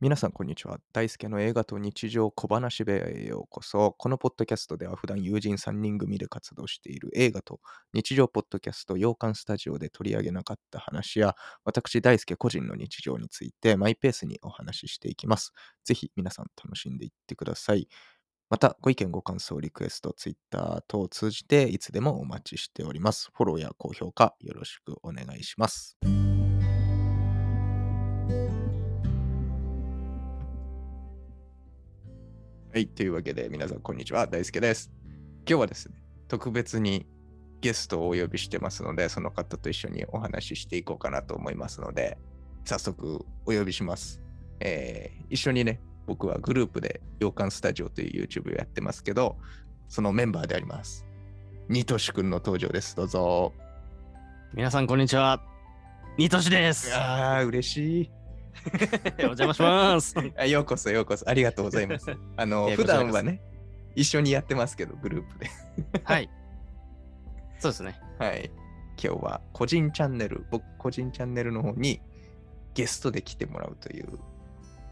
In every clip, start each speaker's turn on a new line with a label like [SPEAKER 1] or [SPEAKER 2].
[SPEAKER 1] 皆さん、こんにちは。大輔の映画と日常小話部屋へようこそ。このポッドキャストでは普段友人3人組で活動している映画と日常ポッドキャスト洋館スタジオで取り上げなかった話や、私、大輔個人の日常についてマイペースにお話ししていきます。ぜひ皆さん楽しんでいってください。また、ご意見、ご感想、リクエスト、ツイッター等を通じていつでもお待ちしております。フォローや高評価よろしくお願いします。はい、というわけで皆さんこんにちは、大輔です。今日はですね、特別にゲストをお呼びしてますので、その方と一緒にお話ししていこうかなと思いますので、早速お呼びします。えー一緒にね、僕はグループで洋館スタジオという YouTube をやってますけど、そのメンバーであります。ニトシ君の登場です。どうぞ。
[SPEAKER 2] 皆さん、こんにちは。ニトシです。
[SPEAKER 1] ああ、嬉しい
[SPEAKER 2] お邪魔 します。
[SPEAKER 1] あ。ようこそようこそ。ありがとうございます。あの、
[SPEAKER 2] いや
[SPEAKER 1] 普
[SPEAKER 2] こちらこそ
[SPEAKER 1] 段はね、一緒にやってますけど、グループで。
[SPEAKER 2] はい。そうですね。
[SPEAKER 1] はい。今日は個人チャンネル、僕個人チャンネルの方にゲストで来てもらうという、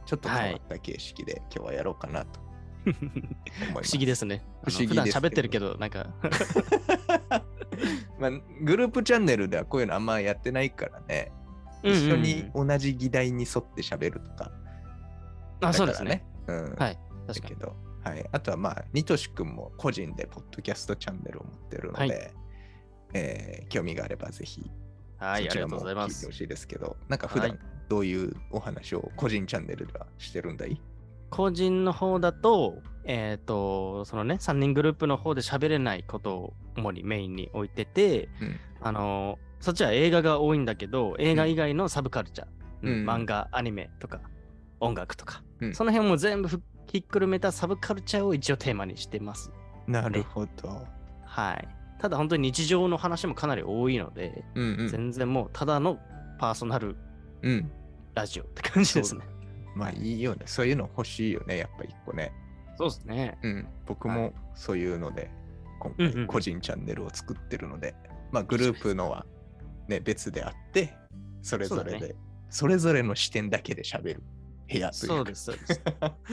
[SPEAKER 1] ちょっと変わった形式で今日はやろうかなと
[SPEAKER 2] 不思
[SPEAKER 1] 思います。
[SPEAKER 2] 議ですね。
[SPEAKER 1] 不
[SPEAKER 2] あの
[SPEAKER 1] 思議
[SPEAKER 2] 普段
[SPEAKER 1] ですけど
[SPEAKER 2] 喋ってるけど、なんか、
[SPEAKER 1] まあ、グループチャンネルではこういうのあんまやってないからね、一緒に
[SPEAKER 2] うん
[SPEAKER 1] 同じ議題に沿って喋るとか、
[SPEAKER 2] うんあ、そうですね。。
[SPEAKER 1] うん。
[SPEAKER 2] はい確
[SPEAKER 1] だ
[SPEAKER 2] か
[SPEAKER 1] け
[SPEAKER 2] に。
[SPEAKER 1] ど、はい、あとはまあ、ニトシ君も個人でポッドキャストチャンネルを持ってるので、
[SPEAKER 2] はい
[SPEAKER 1] えー興味があればぜひ
[SPEAKER 2] はい、
[SPEAKER 1] そ
[SPEAKER 2] あ
[SPEAKER 1] ちら
[SPEAKER 2] りがと
[SPEAKER 1] も
[SPEAKER 2] うございま
[SPEAKER 1] 聞いて
[SPEAKER 2] す
[SPEAKER 1] ほ。しいですけど、なんか普
[SPEAKER 2] は
[SPEAKER 1] 段どういうお話を個人チャンネルではしてるんだい
[SPEAKER 2] 個人の方だと、えっ、と、そのね、3人グループの方で喋れないことを主にメインに置いてて、
[SPEAKER 1] うん
[SPEAKER 2] あのーそっちは映画が多いんだけど、映画以外のサブカルチャー、
[SPEAKER 1] うん
[SPEAKER 2] うん漫画、アニメとか、音楽とか、
[SPEAKER 1] うん
[SPEAKER 2] その辺も全部ふひっくるめたサブカルチャーを一応テーマにしてます。
[SPEAKER 1] なるほど。
[SPEAKER 2] はい。ただ本当に日常の話もかなり多いので、
[SPEAKER 1] うんうん。
[SPEAKER 2] 全然もうただのパーソナル
[SPEAKER 1] うん、
[SPEAKER 2] ラジオって感じですね。
[SPEAKER 1] まあいいよね。そういうの欲しいよね、やっぱ一個ね。
[SPEAKER 2] そうですね。
[SPEAKER 1] うん、僕
[SPEAKER 2] は
[SPEAKER 1] もそういうので、
[SPEAKER 2] う
[SPEAKER 1] 今
[SPEAKER 2] んうんう
[SPEAKER 1] 回
[SPEAKER 2] ん
[SPEAKER 1] 個人チャンネルを作ってるので、まあグループのは、ね、別であって、それぞれ
[SPEAKER 2] そう
[SPEAKER 1] で、
[SPEAKER 2] だ
[SPEAKER 1] そ,、れぞれの視点だけで喋る部屋というか
[SPEAKER 2] そう で。す、そうです。はい。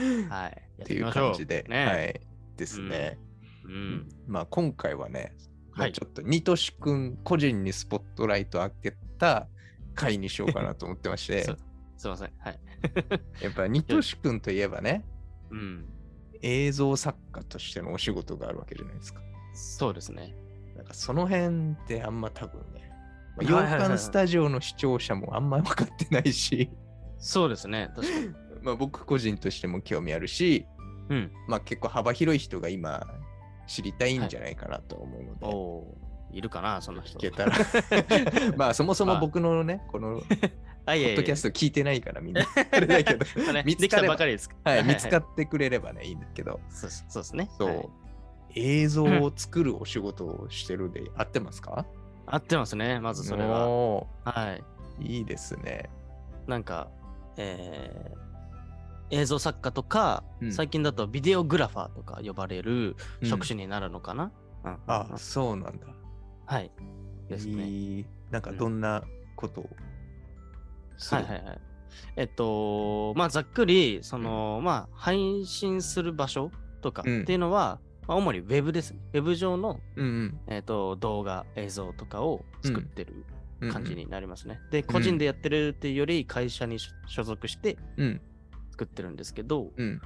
[SPEAKER 1] っ
[SPEAKER 2] や
[SPEAKER 1] てい
[SPEAKER 2] み
[SPEAKER 1] う
[SPEAKER 2] ましょ
[SPEAKER 1] 感じで、
[SPEAKER 2] ね、
[SPEAKER 1] はい、ですね。
[SPEAKER 2] うん。
[SPEAKER 1] まあ今回はね、まあ
[SPEAKER 2] はい
[SPEAKER 1] ちょっとニトシ君個人にスポットライト当てた回にしようかなと思ってまして
[SPEAKER 2] そうすいません。はい。
[SPEAKER 1] やっぱニトシ君といえばね
[SPEAKER 2] うん。
[SPEAKER 1] 映像作家としてのお仕事があるわけじゃないですか
[SPEAKER 2] そうですね。
[SPEAKER 1] なんかその辺ってあんま多分ねまあ
[SPEAKER 2] はいはいはい
[SPEAKER 1] 洋館スタジオの視聴者もあんま分かってないし
[SPEAKER 2] そうですね。確かに。
[SPEAKER 1] まあ僕個人としても興味あるし、
[SPEAKER 2] うん
[SPEAKER 1] まあ結構幅広い人が今知りたいんじゃないかなと思うので、
[SPEAKER 2] おおー。いるかな、そんな人。
[SPEAKER 1] 聞けたら まあそもそも僕のねこの
[SPEAKER 2] あ、い
[SPEAKER 1] ポ
[SPEAKER 2] やいや
[SPEAKER 1] ッドキャスト聞いてないからみんな あれだ けど、
[SPEAKER 2] トね、
[SPEAKER 1] 見つ
[SPEAKER 2] でき
[SPEAKER 1] か
[SPEAKER 2] た
[SPEAKER 1] れば
[SPEAKER 2] ばかりです。
[SPEAKER 1] はい、見つか
[SPEAKER 2] っ
[SPEAKER 1] ってくれればねいいんだけど
[SPEAKER 2] そうですそうですね。
[SPEAKER 1] そう、
[SPEAKER 2] はい
[SPEAKER 1] 映像を作るお仕事をしてるで合ってますか
[SPEAKER 2] 合ってますね、まずそれは。
[SPEAKER 1] お
[SPEAKER 2] はい。
[SPEAKER 1] ーいいですね
[SPEAKER 2] なんか、えー映像作家とか、
[SPEAKER 1] うん
[SPEAKER 2] 最近だとビデオグラファーとか呼ばれる
[SPEAKER 1] うん
[SPEAKER 2] 職種になるのかな、うんうん
[SPEAKER 1] あ
[SPEAKER 2] うん
[SPEAKER 1] そうなんだ
[SPEAKER 2] はい。ですね。
[SPEAKER 1] いいなんかどんなことをす
[SPEAKER 2] は
[SPEAKER 1] る
[SPEAKER 2] いはいはい。えっと、まあ、ざっくり、その、まあ、配信する場所とかっ
[SPEAKER 1] うん
[SPEAKER 2] ていうのは、まあ、主にウェブですね。ウェブ上の、
[SPEAKER 1] うんうん
[SPEAKER 2] えっと、動画、映像とかを作ってる
[SPEAKER 1] うんうん
[SPEAKER 2] 感じになりますね。で、個人でやってるっていうより、会社に所所属して
[SPEAKER 1] うん
[SPEAKER 2] 作ってるんですけど、
[SPEAKER 1] うん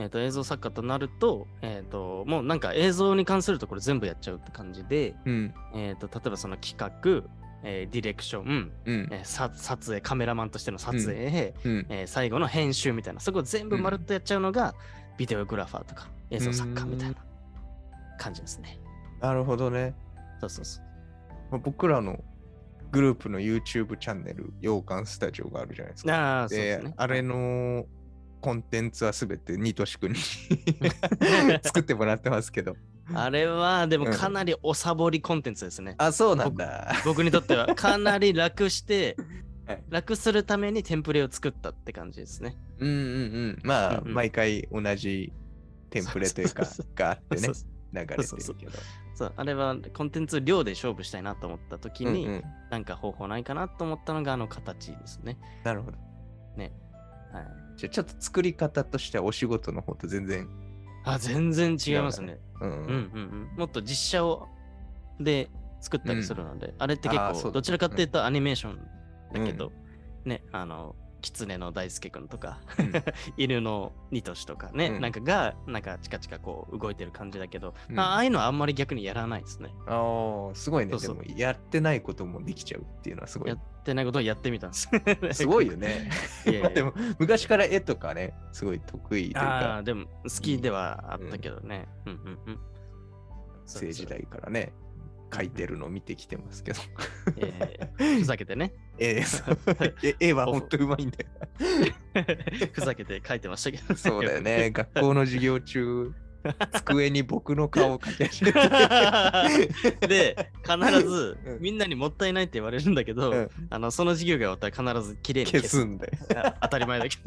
[SPEAKER 2] えー、と映像作家となると,、えー、と、もうなんか映像に関するところ全部やっちゃうって感じで、
[SPEAKER 1] うん
[SPEAKER 2] えー、と例えばその企画、えーディレクション、
[SPEAKER 1] うん
[SPEAKER 2] えーさ撮影、カメラマンとしての撮影、
[SPEAKER 1] うん
[SPEAKER 2] えー最後の編集みたいな、そこを全部まるっとやっちゃうのが、ビデオグラファーとか映像作家みたいな感じですね。
[SPEAKER 1] なるほどね
[SPEAKER 2] そうそうそう。
[SPEAKER 1] まあ僕らのグループの YouTube チャンネル洋館スタジオがあるじゃないですか
[SPEAKER 2] ああ、そうで
[SPEAKER 1] です
[SPEAKER 2] ね。
[SPEAKER 1] あれのコンテンツはすべてニト シ君に作ってもらってますけど。
[SPEAKER 2] あれは、でも
[SPEAKER 1] うん
[SPEAKER 2] かなりおサボりコンテンツですね。
[SPEAKER 1] あ、そう
[SPEAKER 2] なん
[SPEAKER 1] だ。
[SPEAKER 2] 僕にとってはかなり楽して
[SPEAKER 1] はい、
[SPEAKER 2] 楽するためにテンプレを作ったって感じですね。
[SPEAKER 1] うんうんうん。まあ、
[SPEAKER 2] うんうん
[SPEAKER 1] 毎回同じテンプレというか
[SPEAKER 2] そうそうそ、
[SPEAKER 1] があってね
[SPEAKER 2] そう、そう
[SPEAKER 1] 流れて
[SPEAKER 2] そうそ
[SPEAKER 1] る
[SPEAKER 2] う
[SPEAKER 1] けど。
[SPEAKER 2] そうあれはコンテンツ量で勝負したいなと思った時
[SPEAKER 1] うん
[SPEAKER 2] に、
[SPEAKER 1] うん
[SPEAKER 2] なんか方法ないかなと思ったのがあの形ですね。
[SPEAKER 1] なるほど。
[SPEAKER 2] はい、
[SPEAKER 1] じゃあちょっと作り方としてはお仕事の方と全然、
[SPEAKER 2] あ、全然違いますね。
[SPEAKER 1] うん
[SPEAKER 2] うん うんうん。もっと実写をで作ったりするので、あれって結
[SPEAKER 1] あーそ
[SPEAKER 2] 構、
[SPEAKER 1] う
[SPEAKER 2] どちらかっていうとアニメーションだけ
[SPEAKER 1] う
[SPEAKER 2] ど、ね、あの、狐の大輔くんとか、
[SPEAKER 1] うん
[SPEAKER 2] 犬のニトシとかね、
[SPEAKER 1] うん
[SPEAKER 2] なんかが、なんかチカチカこう動いてる感じだけど、
[SPEAKER 1] うん
[SPEAKER 2] あああいうのはあんまり逆にやらないですね。
[SPEAKER 1] ああ、すごいね。
[SPEAKER 2] そうそう
[SPEAKER 1] でも、やってないこともできちゃうっていうのはすごい
[SPEAKER 2] や。ってないことをやってみたんです。
[SPEAKER 1] すごいよね。
[SPEAKER 2] いやいや
[SPEAKER 1] でも、昔から絵とかね、すごい得意という
[SPEAKER 2] ああ、
[SPEAKER 1] か、
[SPEAKER 2] でも好きではあったけどね。うんうんうん。そう
[SPEAKER 1] 生時代からね、描いてるのを見てきてますけど。
[SPEAKER 2] えーふざけてね。
[SPEAKER 1] ええそう え絵は本当うまいんだよ。
[SPEAKER 2] ふざけて書いてましたけど、
[SPEAKER 1] そうだよ。ね。学校の授業中、机に僕の顔を描き始めて。
[SPEAKER 2] で、必ず
[SPEAKER 1] うん
[SPEAKER 2] みんなにもったいないって言われるんだけど、
[SPEAKER 1] うん
[SPEAKER 2] あのその授業が終わったら必ず綺麗に消
[SPEAKER 1] 消
[SPEAKER 2] す。
[SPEAKER 1] すんだよ。
[SPEAKER 2] あ当たり前だけ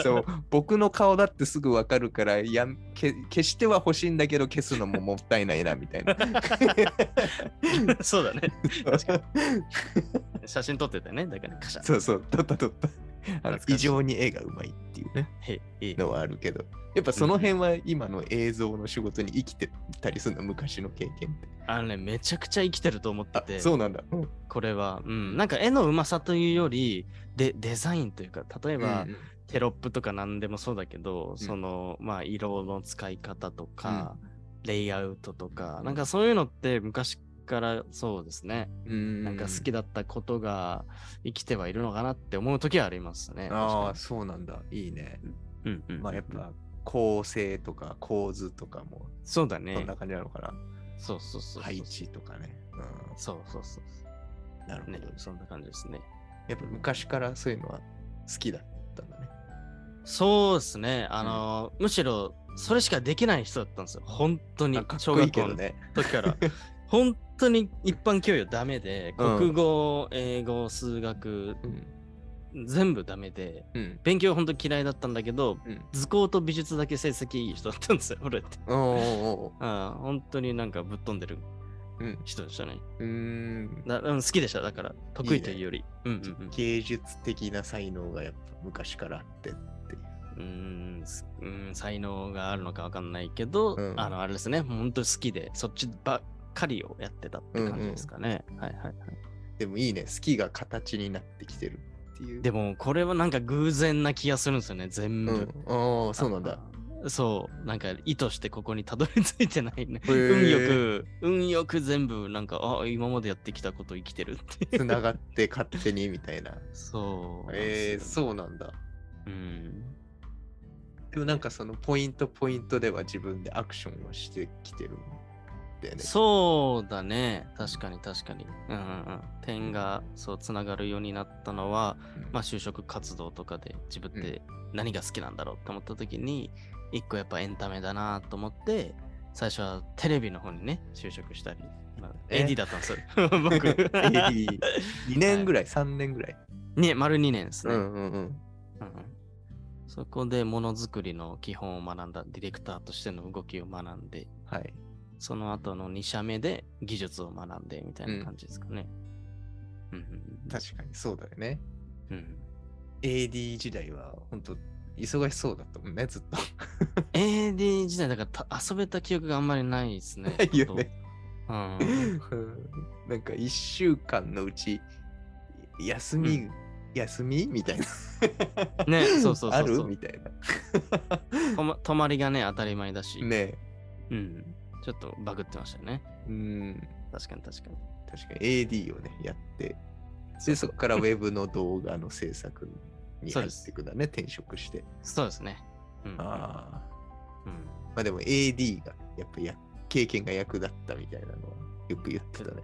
[SPEAKER 1] そう僕の顔だってすぐわかるからやんけ消しては欲しいんだけど消すのももったいないなみたいな
[SPEAKER 2] そうだね。確かに。写真撮ってたね。だからカシャ。
[SPEAKER 1] そうそう撮った撮ったあの
[SPEAKER 2] 懐かしい
[SPEAKER 1] 異常に絵がうまいっていうね
[SPEAKER 2] へいい
[SPEAKER 1] のはあるけどやっぱその辺は今の映像の仕事に生きてたりするの昔の経験って
[SPEAKER 2] あのね、めちゃくちゃ生きてると思って
[SPEAKER 1] あ
[SPEAKER 2] て、
[SPEAKER 1] そうなんだ、うん
[SPEAKER 2] これは、うん、なんか絵のうまさというより、でデザインというか、例えば、
[SPEAKER 1] うん
[SPEAKER 2] テロップとか何でもそうだけど、そのまあ色の使い方とか、レイアウトとか、
[SPEAKER 1] うん
[SPEAKER 2] なんかそういうのって昔からそうですね、
[SPEAKER 1] うん
[SPEAKER 2] なんか好きだったことが生きてはいるのかなって思う時はありますね。
[SPEAKER 1] ああそうなんだいいね
[SPEAKER 2] 確かにうんうん、
[SPEAKER 1] まあやっぱ構成とか構図とかも
[SPEAKER 2] そうだ
[SPEAKER 1] そん
[SPEAKER 2] ね
[SPEAKER 1] な。感じなのかな、
[SPEAKER 2] そうそうそうそう。
[SPEAKER 1] 配置とかね、
[SPEAKER 2] そうそうそう
[SPEAKER 1] うん、なる
[SPEAKER 2] そ
[SPEAKER 1] ほ
[SPEAKER 2] う。
[SPEAKER 1] ど、
[SPEAKER 2] ね、そんな感じですね。
[SPEAKER 1] やっぱ昔からそういうのは好きだったんだね。
[SPEAKER 2] そうですね。あの、むしろそれしかできない人だったんですよ。本当に
[SPEAKER 1] あかっ
[SPEAKER 2] 小
[SPEAKER 1] こいい
[SPEAKER 2] 学
[SPEAKER 1] け
[SPEAKER 2] 校
[SPEAKER 1] ど
[SPEAKER 2] の
[SPEAKER 1] ね。
[SPEAKER 2] 時から 本当に一般教養ダメで
[SPEAKER 1] うん
[SPEAKER 2] 国語、英語数学
[SPEAKER 1] うん。
[SPEAKER 2] 全部ダメで
[SPEAKER 1] うん。
[SPEAKER 2] 勉強本当嫌いだったんだけど
[SPEAKER 1] うん、
[SPEAKER 2] 図工と美術だけ成績いい人だったんですよ俺って
[SPEAKER 1] おーお
[SPEAKER 2] ああ本当になんかぶっ飛んでる
[SPEAKER 1] ーおーうん。
[SPEAKER 2] 人でしたね
[SPEAKER 1] うーん。
[SPEAKER 2] だうん好きでしただから得意というよりうんうんうん
[SPEAKER 1] 芸術的な才能がやっぱ昔からあって。
[SPEAKER 2] うーんすうん才能があるのかわかんないけど、
[SPEAKER 1] うん
[SPEAKER 2] あのあれですね本当に好きでそっちばっかりをやってたって感じですかね、はいはいはい
[SPEAKER 1] でもいいね。好きが形になってきてるっていう。
[SPEAKER 2] で
[SPEAKER 1] も、
[SPEAKER 2] もこれはなんか偶然な気がするんですよね全部、
[SPEAKER 1] うん。おーそうなんだ。
[SPEAKER 2] あ。そう、なんか意図してここにたどり着いてないね。
[SPEAKER 1] へー
[SPEAKER 2] 運よく、運よく全部、なんか、あ今までやってきたこと生きてるっていう。
[SPEAKER 1] つながって勝手にみたいな。
[SPEAKER 2] そう。
[SPEAKER 1] えー、
[SPEAKER 2] う。
[SPEAKER 1] そうなんだ。
[SPEAKER 2] うん。
[SPEAKER 1] でもなんかそのポイントポイントでは自分でアクションをしてきてるんだよね。
[SPEAKER 2] そうだね。確かに確かに。うんうんうん。点がそうつながるようになったのは、
[SPEAKER 1] うん
[SPEAKER 2] まあ就職活動とかで自分って何が好きなんだろうって思った時に、一個やっぱエンタメだなと思って、最初はテレビの方にね、就職したり。まあ
[SPEAKER 1] え
[SPEAKER 2] AD だったんですよ。 僕。
[SPEAKER 1] AD 2年ぐらい、3年ぐらい。
[SPEAKER 2] ね、丸2年です
[SPEAKER 1] う
[SPEAKER 2] ね、
[SPEAKER 1] んうんうん。
[SPEAKER 2] うんそこでものづくりの基本を学んだ、ディレクターとしての動きを学んで、
[SPEAKER 1] はい。
[SPEAKER 2] その後の2社目で技術を学んでみたいな感じですかね。うんうん
[SPEAKER 1] 確かにそうだよね。
[SPEAKER 2] うん
[SPEAKER 1] AD 時代は本当忙しそうだったもんね、ずっと。
[SPEAKER 2] AD 時代だからた遊べた記憶があんまりないですね。
[SPEAKER 1] ないよね
[SPEAKER 2] 本当。うん、
[SPEAKER 1] なんか1週間のうち、休み、
[SPEAKER 2] うん
[SPEAKER 1] 休みみた いな。
[SPEAKER 2] ねそうそうそうそう
[SPEAKER 1] あるみたい
[SPEAKER 2] とま泊まりがね、当たり前だし、
[SPEAKER 1] な。ね
[SPEAKER 2] うん、ちょっとバグってましたよね。
[SPEAKER 1] うん。
[SPEAKER 2] 確かに確かに。
[SPEAKER 1] 確かに AD をね、やって。で、そこからウェブの動画の制作に
[SPEAKER 2] そう
[SPEAKER 1] 入っ
[SPEAKER 2] です
[SPEAKER 1] ていくんだね、転職して。
[SPEAKER 2] そうですね。うんうん、
[SPEAKER 1] ああ。
[SPEAKER 2] うん
[SPEAKER 1] まあでも AD が、やっぱや経験が役立ったみたいなのはよく言ってたね。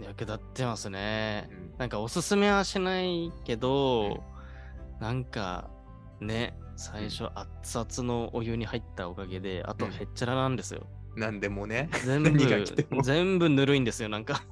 [SPEAKER 2] 役立ってますね。
[SPEAKER 1] うん
[SPEAKER 2] なんかおすすめはしないけど、なんかね、最初熱々のお湯に入ったおかげで、あとへっちゃらなん ですよ。
[SPEAKER 1] なんでもね。
[SPEAKER 2] 全部
[SPEAKER 1] 何が来ても
[SPEAKER 2] 全部ぬるいんですよ、な んか。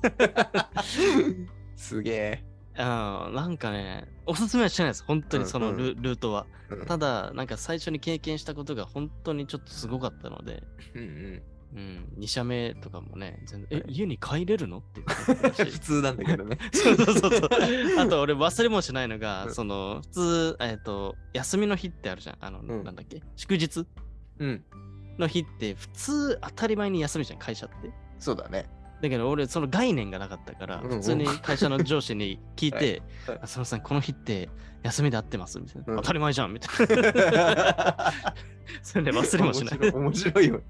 [SPEAKER 1] すげえ。
[SPEAKER 2] うん、なんかね、おすすめはしてないです、本当にそのル,、ルートは。
[SPEAKER 1] うん
[SPEAKER 2] ただ、なんか最初に経験したことが本当にちょっとすごかったので、
[SPEAKER 1] うんうん
[SPEAKER 2] うん、2社目とかもね、全然
[SPEAKER 1] は
[SPEAKER 2] え、
[SPEAKER 1] い
[SPEAKER 2] 家に帰れるのって言ってた
[SPEAKER 1] 普通なんだけどね。
[SPEAKER 2] そうそうそ うそう。あと俺忘れもしないのが、
[SPEAKER 1] うん
[SPEAKER 2] その、普通、えっ、と、休みの日ってあるじゃん。あの、
[SPEAKER 1] ん
[SPEAKER 2] なんだっけ祝日
[SPEAKER 1] うん、
[SPEAKER 2] の日って、普通当たり前に休みじゃん、会社って。
[SPEAKER 1] そうだ ね。
[SPEAKER 2] だけど俺、その概念がなかったから、
[SPEAKER 1] うんうん
[SPEAKER 2] 普通に会社の上司に聞いて、
[SPEAKER 1] はいはい
[SPEAKER 2] あそのさん、この日って休みで合ってますみたいな、
[SPEAKER 1] うん
[SPEAKER 2] 当たり前じゃんみた いな。それで忘れもしない。
[SPEAKER 1] 面白面白いよ。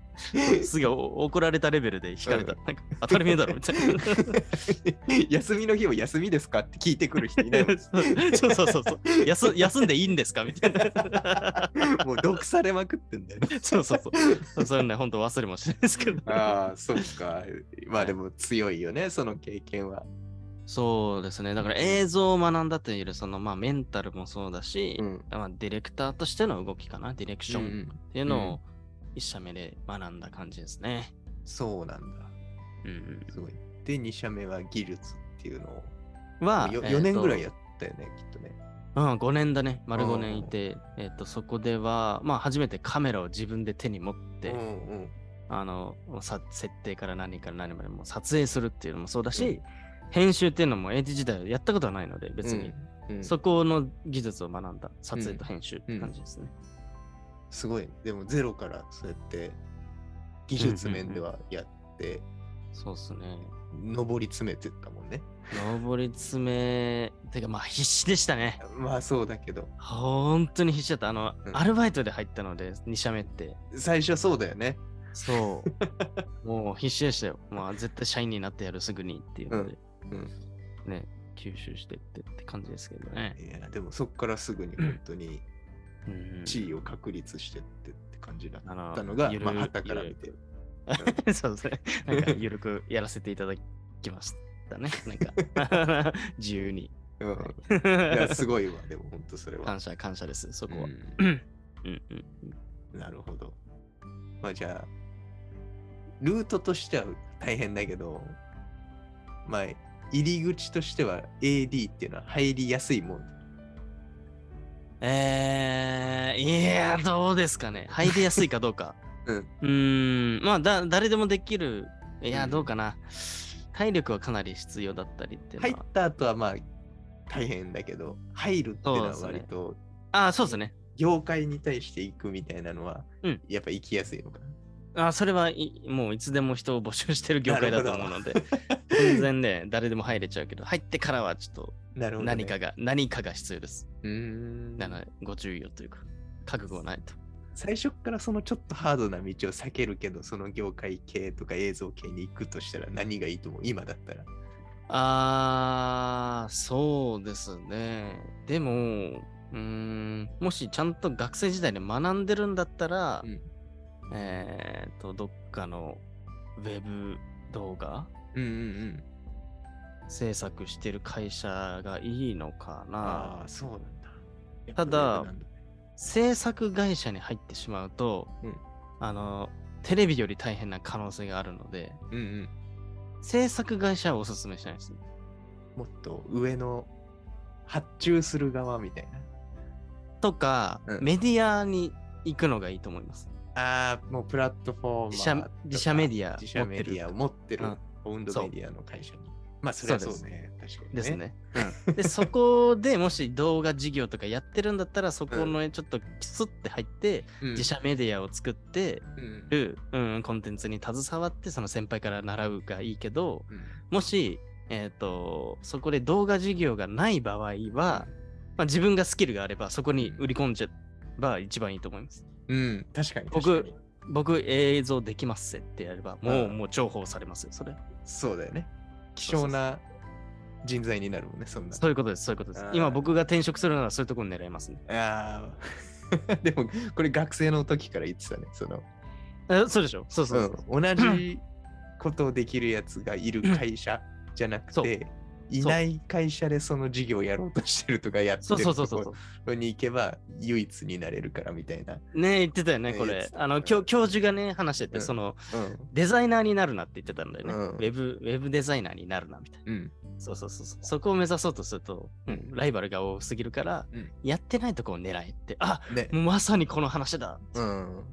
[SPEAKER 2] すぐお怒られたレベルで引かれた。
[SPEAKER 1] う
[SPEAKER 2] なんか当たり前だろみたいな。
[SPEAKER 1] 休みの日を休みですかって聞いてくる人いないもん
[SPEAKER 2] そうそうそうそう休。休んでいいんですかみたいな。
[SPEAKER 1] もう毒されまくってんだよね。
[SPEAKER 2] そうそうそう。それね、本当忘れもしないですけど。
[SPEAKER 1] ああ、そっか。まあでも強いよね、その経験は。
[SPEAKER 2] そうですね。だから映像を学んだという、そのまあメンタルもそうだし、
[SPEAKER 1] ん。
[SPEAKER 2] まあ、ディレクターとしての動きかな、ディレクションっていう
[SPEAKER 1] うん
[SPEAKER 2] のを一社目で学んだ感じですね。
[SPEAKER 1] そうなんだ。
[SPEAKER 2] うんうん
[SPEAKER 1] すごい。で、2社目は技術っていうのを。
[SPEAKER 2] は、
[SPEAKER 1] よ
[SPEAKER 2] えーと
[SPEAKER 1] 4年ぐらいやったよね、きっとね。
[SPEAKER 2] うん、5年だね。丸
[SPEAKER 1] うん
[SPEAKER 2] 5年いて、えっと、そこでは、まあ、初めてカメラを自分で手に持って、
[SPEAKER 1] うんうん。
[SPEAKER 2] あの、さ設定から何から何までもう撮影するっていうのもそうだし、編集っていうのも AT 時代はやったことはないので、別に、
[SPEAKER 1] うんうん
[SPEAKER 2] そこの技術を学んだ、撮影と編集って感じですね。
[SPEAKER 1] すごい。でもゼロからそうやって技術面ではやって、
[SPEAKER 2] そうっすね。
[SPEAKER 1] 上り詰めてったもんね。
[SPEAKER 2] 上り詰め、てか、まあ、必死でしたね。
[SPEAKER 1] まあそうだけど、
[SPEAKER 2] 本当に必死だった。あの、
[SPEAKER 1] うん
[SPEAKER 2] アルバイトで入ったので、2社目って。
[SPEAKER 1] 最初そうだよね。
[SPEAKER 2] そう。 もう必死でしたよ。まあ絶対社員になってやるすぐにっていうので。
[SPEAKER 1] うん
[SPEAKER 2] ね、吸収してってって感じですけどね。
[SPEAKER 1] いや、でもそっからすぐに本当に
[SPEAKER 2] うん
[SPEAKER 1] 地位を確立してってって感じだっ
[SPEAKER 2] あの
[SPEAKER 1] たのが、
[SPEAKER 2] ゆる
[SPEAKER 1] まあ、旗から見
[SPEAKER 2] ゆ
[SPEAKER 1] て。
[SPEAKER 2] る そうですね。なん か、ゆるくやらせていただきましたね。なんか、 自由に。
[SPEAKER 1] うん、いやすごいわ、でも本当それは。
[SPEAKER 2] 感謝、感謝です、そこは。
[SPEAKER 1] う
[SPEAKER 2] うんうん
[SPEAKER 1] んなるほど。まあじゃあ、ルートとしては大変だけど、まあ、入り口としては AD っていうのは入りやすいもん。
[SPEAKER 2] えー、いや、どうですかね。入りやすいかどうか。
[SPEAKER 1] うん
[SPEAKER 2] ーん、まあ、だ、誰でもできる。いうや、
[SPEAKER 1] ん
[SPEAKER 2] どうかな。体力はかなり必要だったりっていうの
[SPEAKER 1] 入
[SPEAKER 2] は。
[SPEAKER 1] った後はまあ大変だけど、入るっていうのは割と
[SPEAKER 2] ああ、そうですね。
[SPEAKER 1] 業界に対して行くみたいなのは
[SPEAKER 2] うん、
[SPEAKER 1] やっぱ行きやすいのかな。
[SPEAKER 2] あーそれはいもういつでも人を募集してる業界だと思うので、全然ね、誰でも入れちゃうけど、入ってからはちょっと
[SPEAKER 1] なるほど、
[SPEAKER 2] 何かが、何かが必要です。
[SPEAKER 1] うーん
[SPEAKER 2] なので、ご注意をというか、覚悟はないと。
[SPEAKER 1] 最初からそのちょっとハードな道を避けるけど、その業界系とか映像系に行くとしたら何がいいと思う今だったら。
[SPEAKER 2] あー、そうですね。でも、うーん、もしちゃんと学生時代で学んでるんだったら、
[SPEAKER 1] うん
[SPEAKER 2] えっと、どっかのウェブ動画
[SPEAKER 1] うんうんうん。
[SPEAKER 2] 制作してる会社がいいのかな。
[SPEAKER 1] ああ、そうなんだ。
[SPEAKER 2] ただ
[SPEAKER 1] やっぱりなん
[SPEAKER 2] 制作会社に入ってしまうと、
[SPEAKER 1] うん
[SPEAKER 2] あのテレビより大変な可能性があるので
[SPEAKER 1] うんうん。
[SPEAKER 2] 制作会社はおすすめしないですね
[SPEAKER 1] もっと上の発注する側みたい
[SPEAKER 2] とか、
[SPEAKER 1] うん
[SPEAKER 2] メディアに行くのがいいと思います
[SPEAKER 1] な。ああ、もうプラットフォーマー
[SPEAKER 2] 自社
[SPEAKER 1] とか
[SPEAKER 2] 自社メディア
[SPEAKER 1] 自社メディアを持ってる
[SPEAKER 2] うん、
[SPEAKER 1] オウンドメディアの会社に。まあ、それはそうね。確かに、ね。
[SPEAKER 2] ですね。でそこでもし動画事業とかやってるんだったらそこのちょっとキスって入って、
[SPEAKER 1] うん。
[SPEAKER 2] 自社メディアを作って
[SPEAKER 1] うん。
[SPEAKER 2] る、うん、コンテンツに携わってその先輩から習うがいいけど
[SPEAKER 1] うん
[SPEAKER 2] もし、えー、とそこで動画事業がない場合は、まあ、自分がスキルがあればそこに売り込んじゃえば一番いいと思います。
[SPEAKER 1] うん、確かに。
[SPEAKER 2] 僕
[SPEAKER 1] 確かに
[SPEAKER 2] 僕映像できますぜってやればもう、
[SPEAKER 1] うん
[SPEAKER 2] もう重宝されますよそれ。
[SPEAKER 1] そうだよね。希
[SPEAKER 2] そうそう
[SPEAKER 1] 少な人材になるもんね、そんな。
[SPEAKER 2] そういうことですそういうことです。今
[SPEAKER 1] あー
[SPEAKER 2] 僕が転職するならそういうところ狙いますね。
[SPEAKER 1] ああ、でも、これ学生の時から言ってたね。その、
[SPEAKER 2] えそうでしょそうそうそう。
[SPEAKER 1] うん同じことをできるやつがいる会社じゃなくて、いない会社でその事業をやろうとしてるとかやって
[SPEAKER 2] そう
[SPEAKER 1] る
[SPEAKER 2] そう
[SPEAKER 1] と
[SPEAKER 2] そうそうそ
[SPEAKER 1] こ
[SPEAKER 2] う。
[SPEAKER 1] ろに行けば唯一になれるからみたいな。
[SPEAKER 2] ね言ってたよね
[SPEAKER 1] ね
[SPEAKER 2] こ
[SPEAKER 1] 言っ
[SPEAKER 2] れ
[SPEAKER 1] て。た
[SPEAKER 2] あの教教授がね話してて、
[SPEAKER 1] うん
[SPEAKER 2] その
[SPEAKER 1] うん。
[SPEAKER 2] デザイナーになるなって言ってたんだよね。
[SPEAKER 1] うん
[SPEAKER 2] ウェブウェブデザイナーになるなみたいな。
[SPEAKER 1] うん。
[SPEAKER 2] そうそうそうそう。そこを目指そうとすると、うん
[SPEAKER 1] うん
[SPEAKER 2] ライバルが多すぎるから、
[SPEAKER 1] うん
[SPEAKER 2] やってないとこを狙えって。あ
[SPEAKER 1] ね。
[SPEAKER 2] もうまさにこの話だ。
[SPEAKER 1] うん。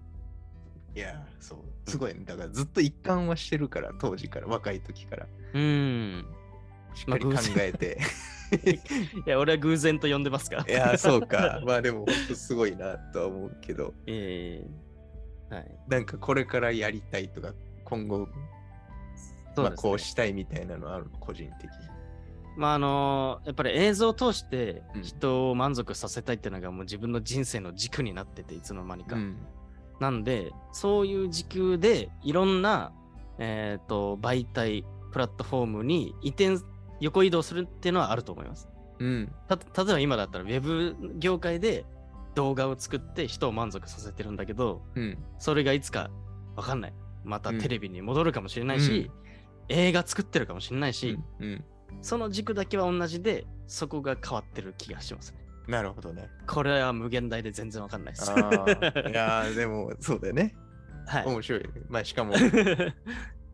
[SPEAKER 1] いやー、そう。すごいね。だからずっと一貫はしてるから、当時から、若い時から。
[SPEAKER 2] うん。
[SPEAKER 1] しっかり考えて。
[SPEAKER 2] いや、俺は偶然と呼んでますから。
[SPEAKER 1] いやー、そうか。まあでも、本当すごいなとは思うけど、
[SPEAKER 2] ええはい。
[SPEAKER 1] なんかこれからやりたいとか、今後、まあこうしたいみたいなのあるの、個人的に。
[SPEAKER 2] まああのやっぱり映像を通して
[SPEAKER 1] うん
[SPEAKER 2] 人を満足させたいっていうのがもう自分の人生の軸になってていつの間にか。なんでそういう時給でいろんな、えー、と媒体プラットフォームに移転横移動するっていうのはあると思います。
[SPEAKER 1] うん。
[SPEAKER 2] た例えば今だったらウェブ業界で動画を作って人を満足させてるんだけど
[SPEAKER 1] うん。
[SPEAKER 2] それがいつかわかんないまた
[SPEAKER 1] うん
[SPEAKER 2] テレビに戻るかもしれないし、映画作ってるかもしれないし、
[SPEAKER 1] うん。
[SPEAKER 2] その軸だけは同じで、そこが変わってる気がしますね。
[SPEAKER 1] なるほど ね。
[SPEAKER 2] これは無限大で全然わかんないです。
[SPEAKER 1] あーいやー、でも、そうだよね。
[SPEAKER 2] はい。
[SPEAKER 1] 面白い。まあ、しか も、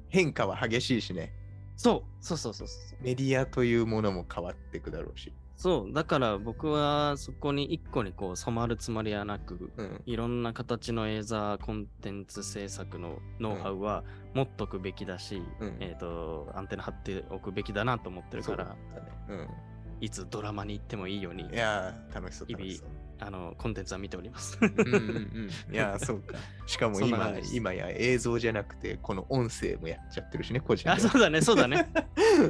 [SPEAKER 1] 変化は激しいしね。
[SPEAKER 2] そう、そうそうそうそう。
[SPEAKER 1] メディアというものも変わっていくだろうし。
[SPEAKER 2] そう、だから僕はそこに一個にこう染まるつもりはなく、
[SPEAKER 1] うん。
[SPEAKER 2] いろんな形の映像コンテンツ制作のノウハウは持っとくべきだし、
[SPEAKER 1] うん
[SPEAKER 2] えっ、と、アンテナ張っておくべきだなと思ってる
[SPEAKER 1] そ
[SPEAKER 2] か
[SPEAKER 1] うだ
[SPEAKER 2] ら
[SPEAKER 1] ね、。うん。
[SPEAKER 2] いつドラマに行ってもいいように
[SPEAKER 1] い、やー、楽しそう、楽しそう。
[SPEAKER 2] あの、コンテンツは見ております。
[SPEAKER 1] うんうんうんいやー、そうか。しかも
[SPEAKER 2] そんな感
[SPEAKER 1] 今
[SPEAKER 2] じで、す
[SPEAKER 1] 今や映像じゃなくて、この音声もやっちゃってるしね、個人では
[SPEAKER 2] あ、そうだね、そうだね。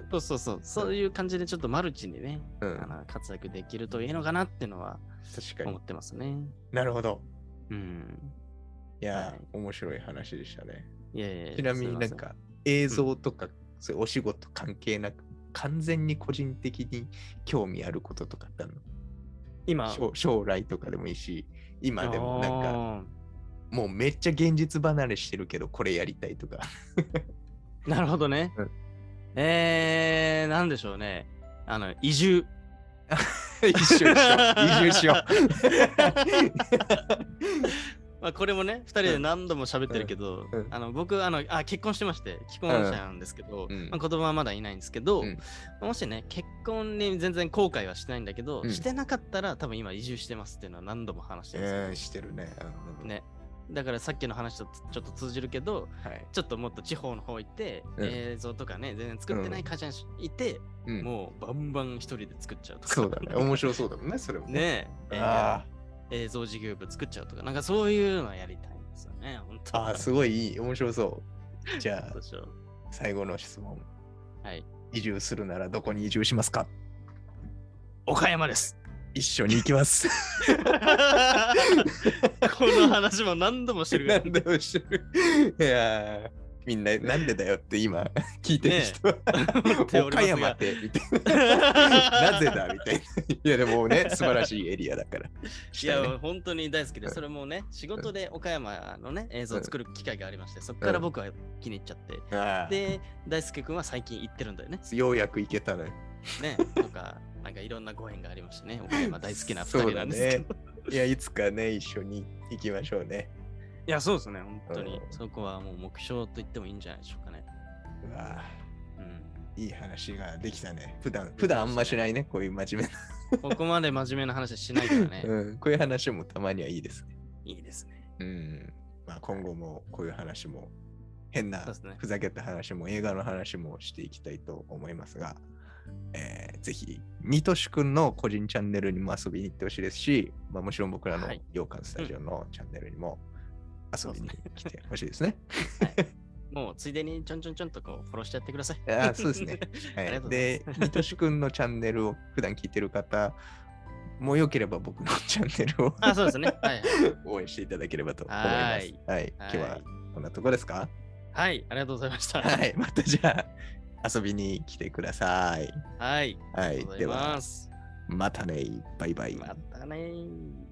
[SPEAKER 2] そうそうそう、そういう感じでちょっとマルチにね、
[SPEAKER 1] うん
[SPEAKER 2] あの活躍できるといいのかなっていうのは
[SPEAKER 1] 確か
[SPEAKER 2] 思
[SPEAKER 1] に
[SPEAKER 2] っ。てますね。
[SPEAKER 1] なるほど。
[SPEAKER 2] うん。
[SPEAKER 1] いや
[SPEAKER 2] はい
[SPEAKER 1] ー、面白い話でしたね。
[SPEAKER 2] いやいやいや
[SPEAKER 1] ちなみになん。か、映像とか、そういうお仕事関係なく、完全に個人的に興味あることとかってあるの
[SPEAKER 2] すいません
[SPEAKER 1] 将
[SPEAKER 2] 今、
[SPEAKER 1] 将来とかでもいいし、今でもなんか、
[SPEAKER 2] あ
[SPEAKER 1] もうめっちゃ現実離れしてるけど、これやりたいとか。
[SPEAKER 2] ー なるほどね。
[SPEAKER 1] うん
[SPEAKER 2] えー、なんでしょうね。あの、移住。
[SPEAKER 1] 一緒一緒。移住しよ
[SPEAKER 2] まあ、これもね、2人で何度も喋ってるけど、
[SPEAKER 1] うんうん
[SPEAKER 2] あの僕あのあ、結婚してまして、既婚者なんですけど、
[SPEAKER 1] うん
[SPEAKER 2] まあ、子供はまだいないんですけど、
[SPEAKER 1] うん
[SPEAKER 2] もしね、結婚に全然後悔はしてないんだけど、
[SPEAKER 1] うん
[SPEAKER 2] してなかったら、多分今移住してますっていうのは何度も話して
[SPEAKER 1] う。
[SPEAKER 2] るんですけど、
[SPEAKER 1] うん、してるね。うん
[SPEAKER 2] ね。だからさっきの話とちょっと通じるけど、
[SPEAKER 1] はい。
[SPEAKER 2] ちょっともっと地方の方行って、
[SPEAKER 1] うん
[SPEAKER 2] 映像とかね、全然作ってない会社にいて、
[SPEAKER 1] うん
[SPEAKER 2] もうバンバン一人で作っちゃうとか。
[SPEAKER 1] そうだ ね。面白そうだもんね、それも。。
[SPEAKER 2] ねえ。
[SPEAKER 1] あ
[SPEAKER 2] 映像事業部作っちゃうとか、なんかそういうのはやりたいんですよね、本
[SPEAKER 1] ー
[SPEAKER 2] 当
[SPEAKER 1] あー、すごいいい。面白そう。じゃ
[SPEAKER 2] ど
[SPEAKER 1] あ
[SPEAKER 2] う、しよう
[SPEAKER 1] 最後の質問。
[SPEAKER 2] はい。
[SPEAKER 1] 移住するならどこに移住しますか
[SPEAKER 2] 岡山です。
[SPEAKER 1] 一緒に行きます。
[SPEAKER 2] この話も何度も してるから
[SPEAKER 1] 何でも知る。いやーみんな、なんでだよって今、 聞いてる人 は、
[SPEAKER 2] 思っており
[SPEAKER 1] 岡
[SPEAKER 2] ますが
[SPEAKER 1] 山って、みたい な。なぜだみたいな。いや、でもね、素晴らしいエリアだから。
[SPEAKER 2] い
[SPEAKER 1] した
[SPEAKER 2] や、
[SPEAKER 1] ね
[SPEAKER 2] 本当に大好きで、
[SPEAKER 1] うん
[SPEAKER 2] それもね、仕事で岡山のね、映像を作る機会がありまして、そこから僕は気に入っちゃって。
[SPEAKER 1] あー
[SPEAKER 2] で、大輔君は最近行ってるんだよね。
[SPEAKER 1] ようやく行けたのよ。
[SPEAKER 2] ね、とか、なんかいろんなご縁がありま してね、岡山大好きな二人なんですけど。
[SPEAKER 1] いや、いつかね、一緒に行きましょうね。
[SPEAKER 2] いや、そうですね、本当に
[SPEAKER 1] う。ん
[SPEAKER 2] そこはもう目標と言ってもいいんじゃないでしょうかね。
[SPEAKER 1] うわあ
[SPEAKER 2] うん、
[SPEAKER 1] いい話ができたね。普段普段あんましないね、こういう真面
[SPEAKER 2] ここまで真面目な話はしないからね
[SPEAKER 1] 目、な、 うん。こういう話もたまにはいいですね。
[SPEAKER 2] いいですね。
[SPEAKER 1] うん。まあ、今後もこういう話も、変な、
[SPEAKER 2] そうですね
[SPEAKER 1] ふざけた話も映画の話もしていきたいと思いますが、えーぜひ、にとしくんの個人チャンネルにも遊びに行ってほしいですし、まあ、もちろん僕らの
[SPEAKER 2] はい
[SPEAKER 1] 洋館スタジオのチャンネルにも遊びに
[SPEAKER 2] そ
[SPEAKER 1] 来てほしいです ね。
[SPEAKER 2] もうついでにちょんちょんちょんとこうフォローしてやってください。
[SPEAKER 1] あーそうですね。は
[SPEAKER 2] ありが
[SPEAKER 1] い
[SPEAKER 2] と、うござい
[SPEAKER 1] で、みとしくんのチャンネルを普段聞いてる方もよければ僕のチャンネルを
[SPEAKER 2] あ、そうですね。はいはい。
[SPEAKER 1] 応援していただければと思います。は
[SPEAKER 2] はいい
[SPEAKER 1] 今日はこんなとこですか
[SPEAKER 2] はい、ありがとうございました。
[SPEAKER 1] は。 い、またじゃあ遊びに来てください。
[SPEAKER 2] はい。
[SPEAKER 1] は
[SPEAKER 2] あり
[SPEAKER 1] い
[SPEAKER 2] がとう、ござ
[SPEAKER 1] で
[SPEAKER 2] い
[SPEAKER 1] は
[SPEAKER 2] ます。
[SPEAKER 1] またね。バイバイ。
[SPEAKER 2] またねー。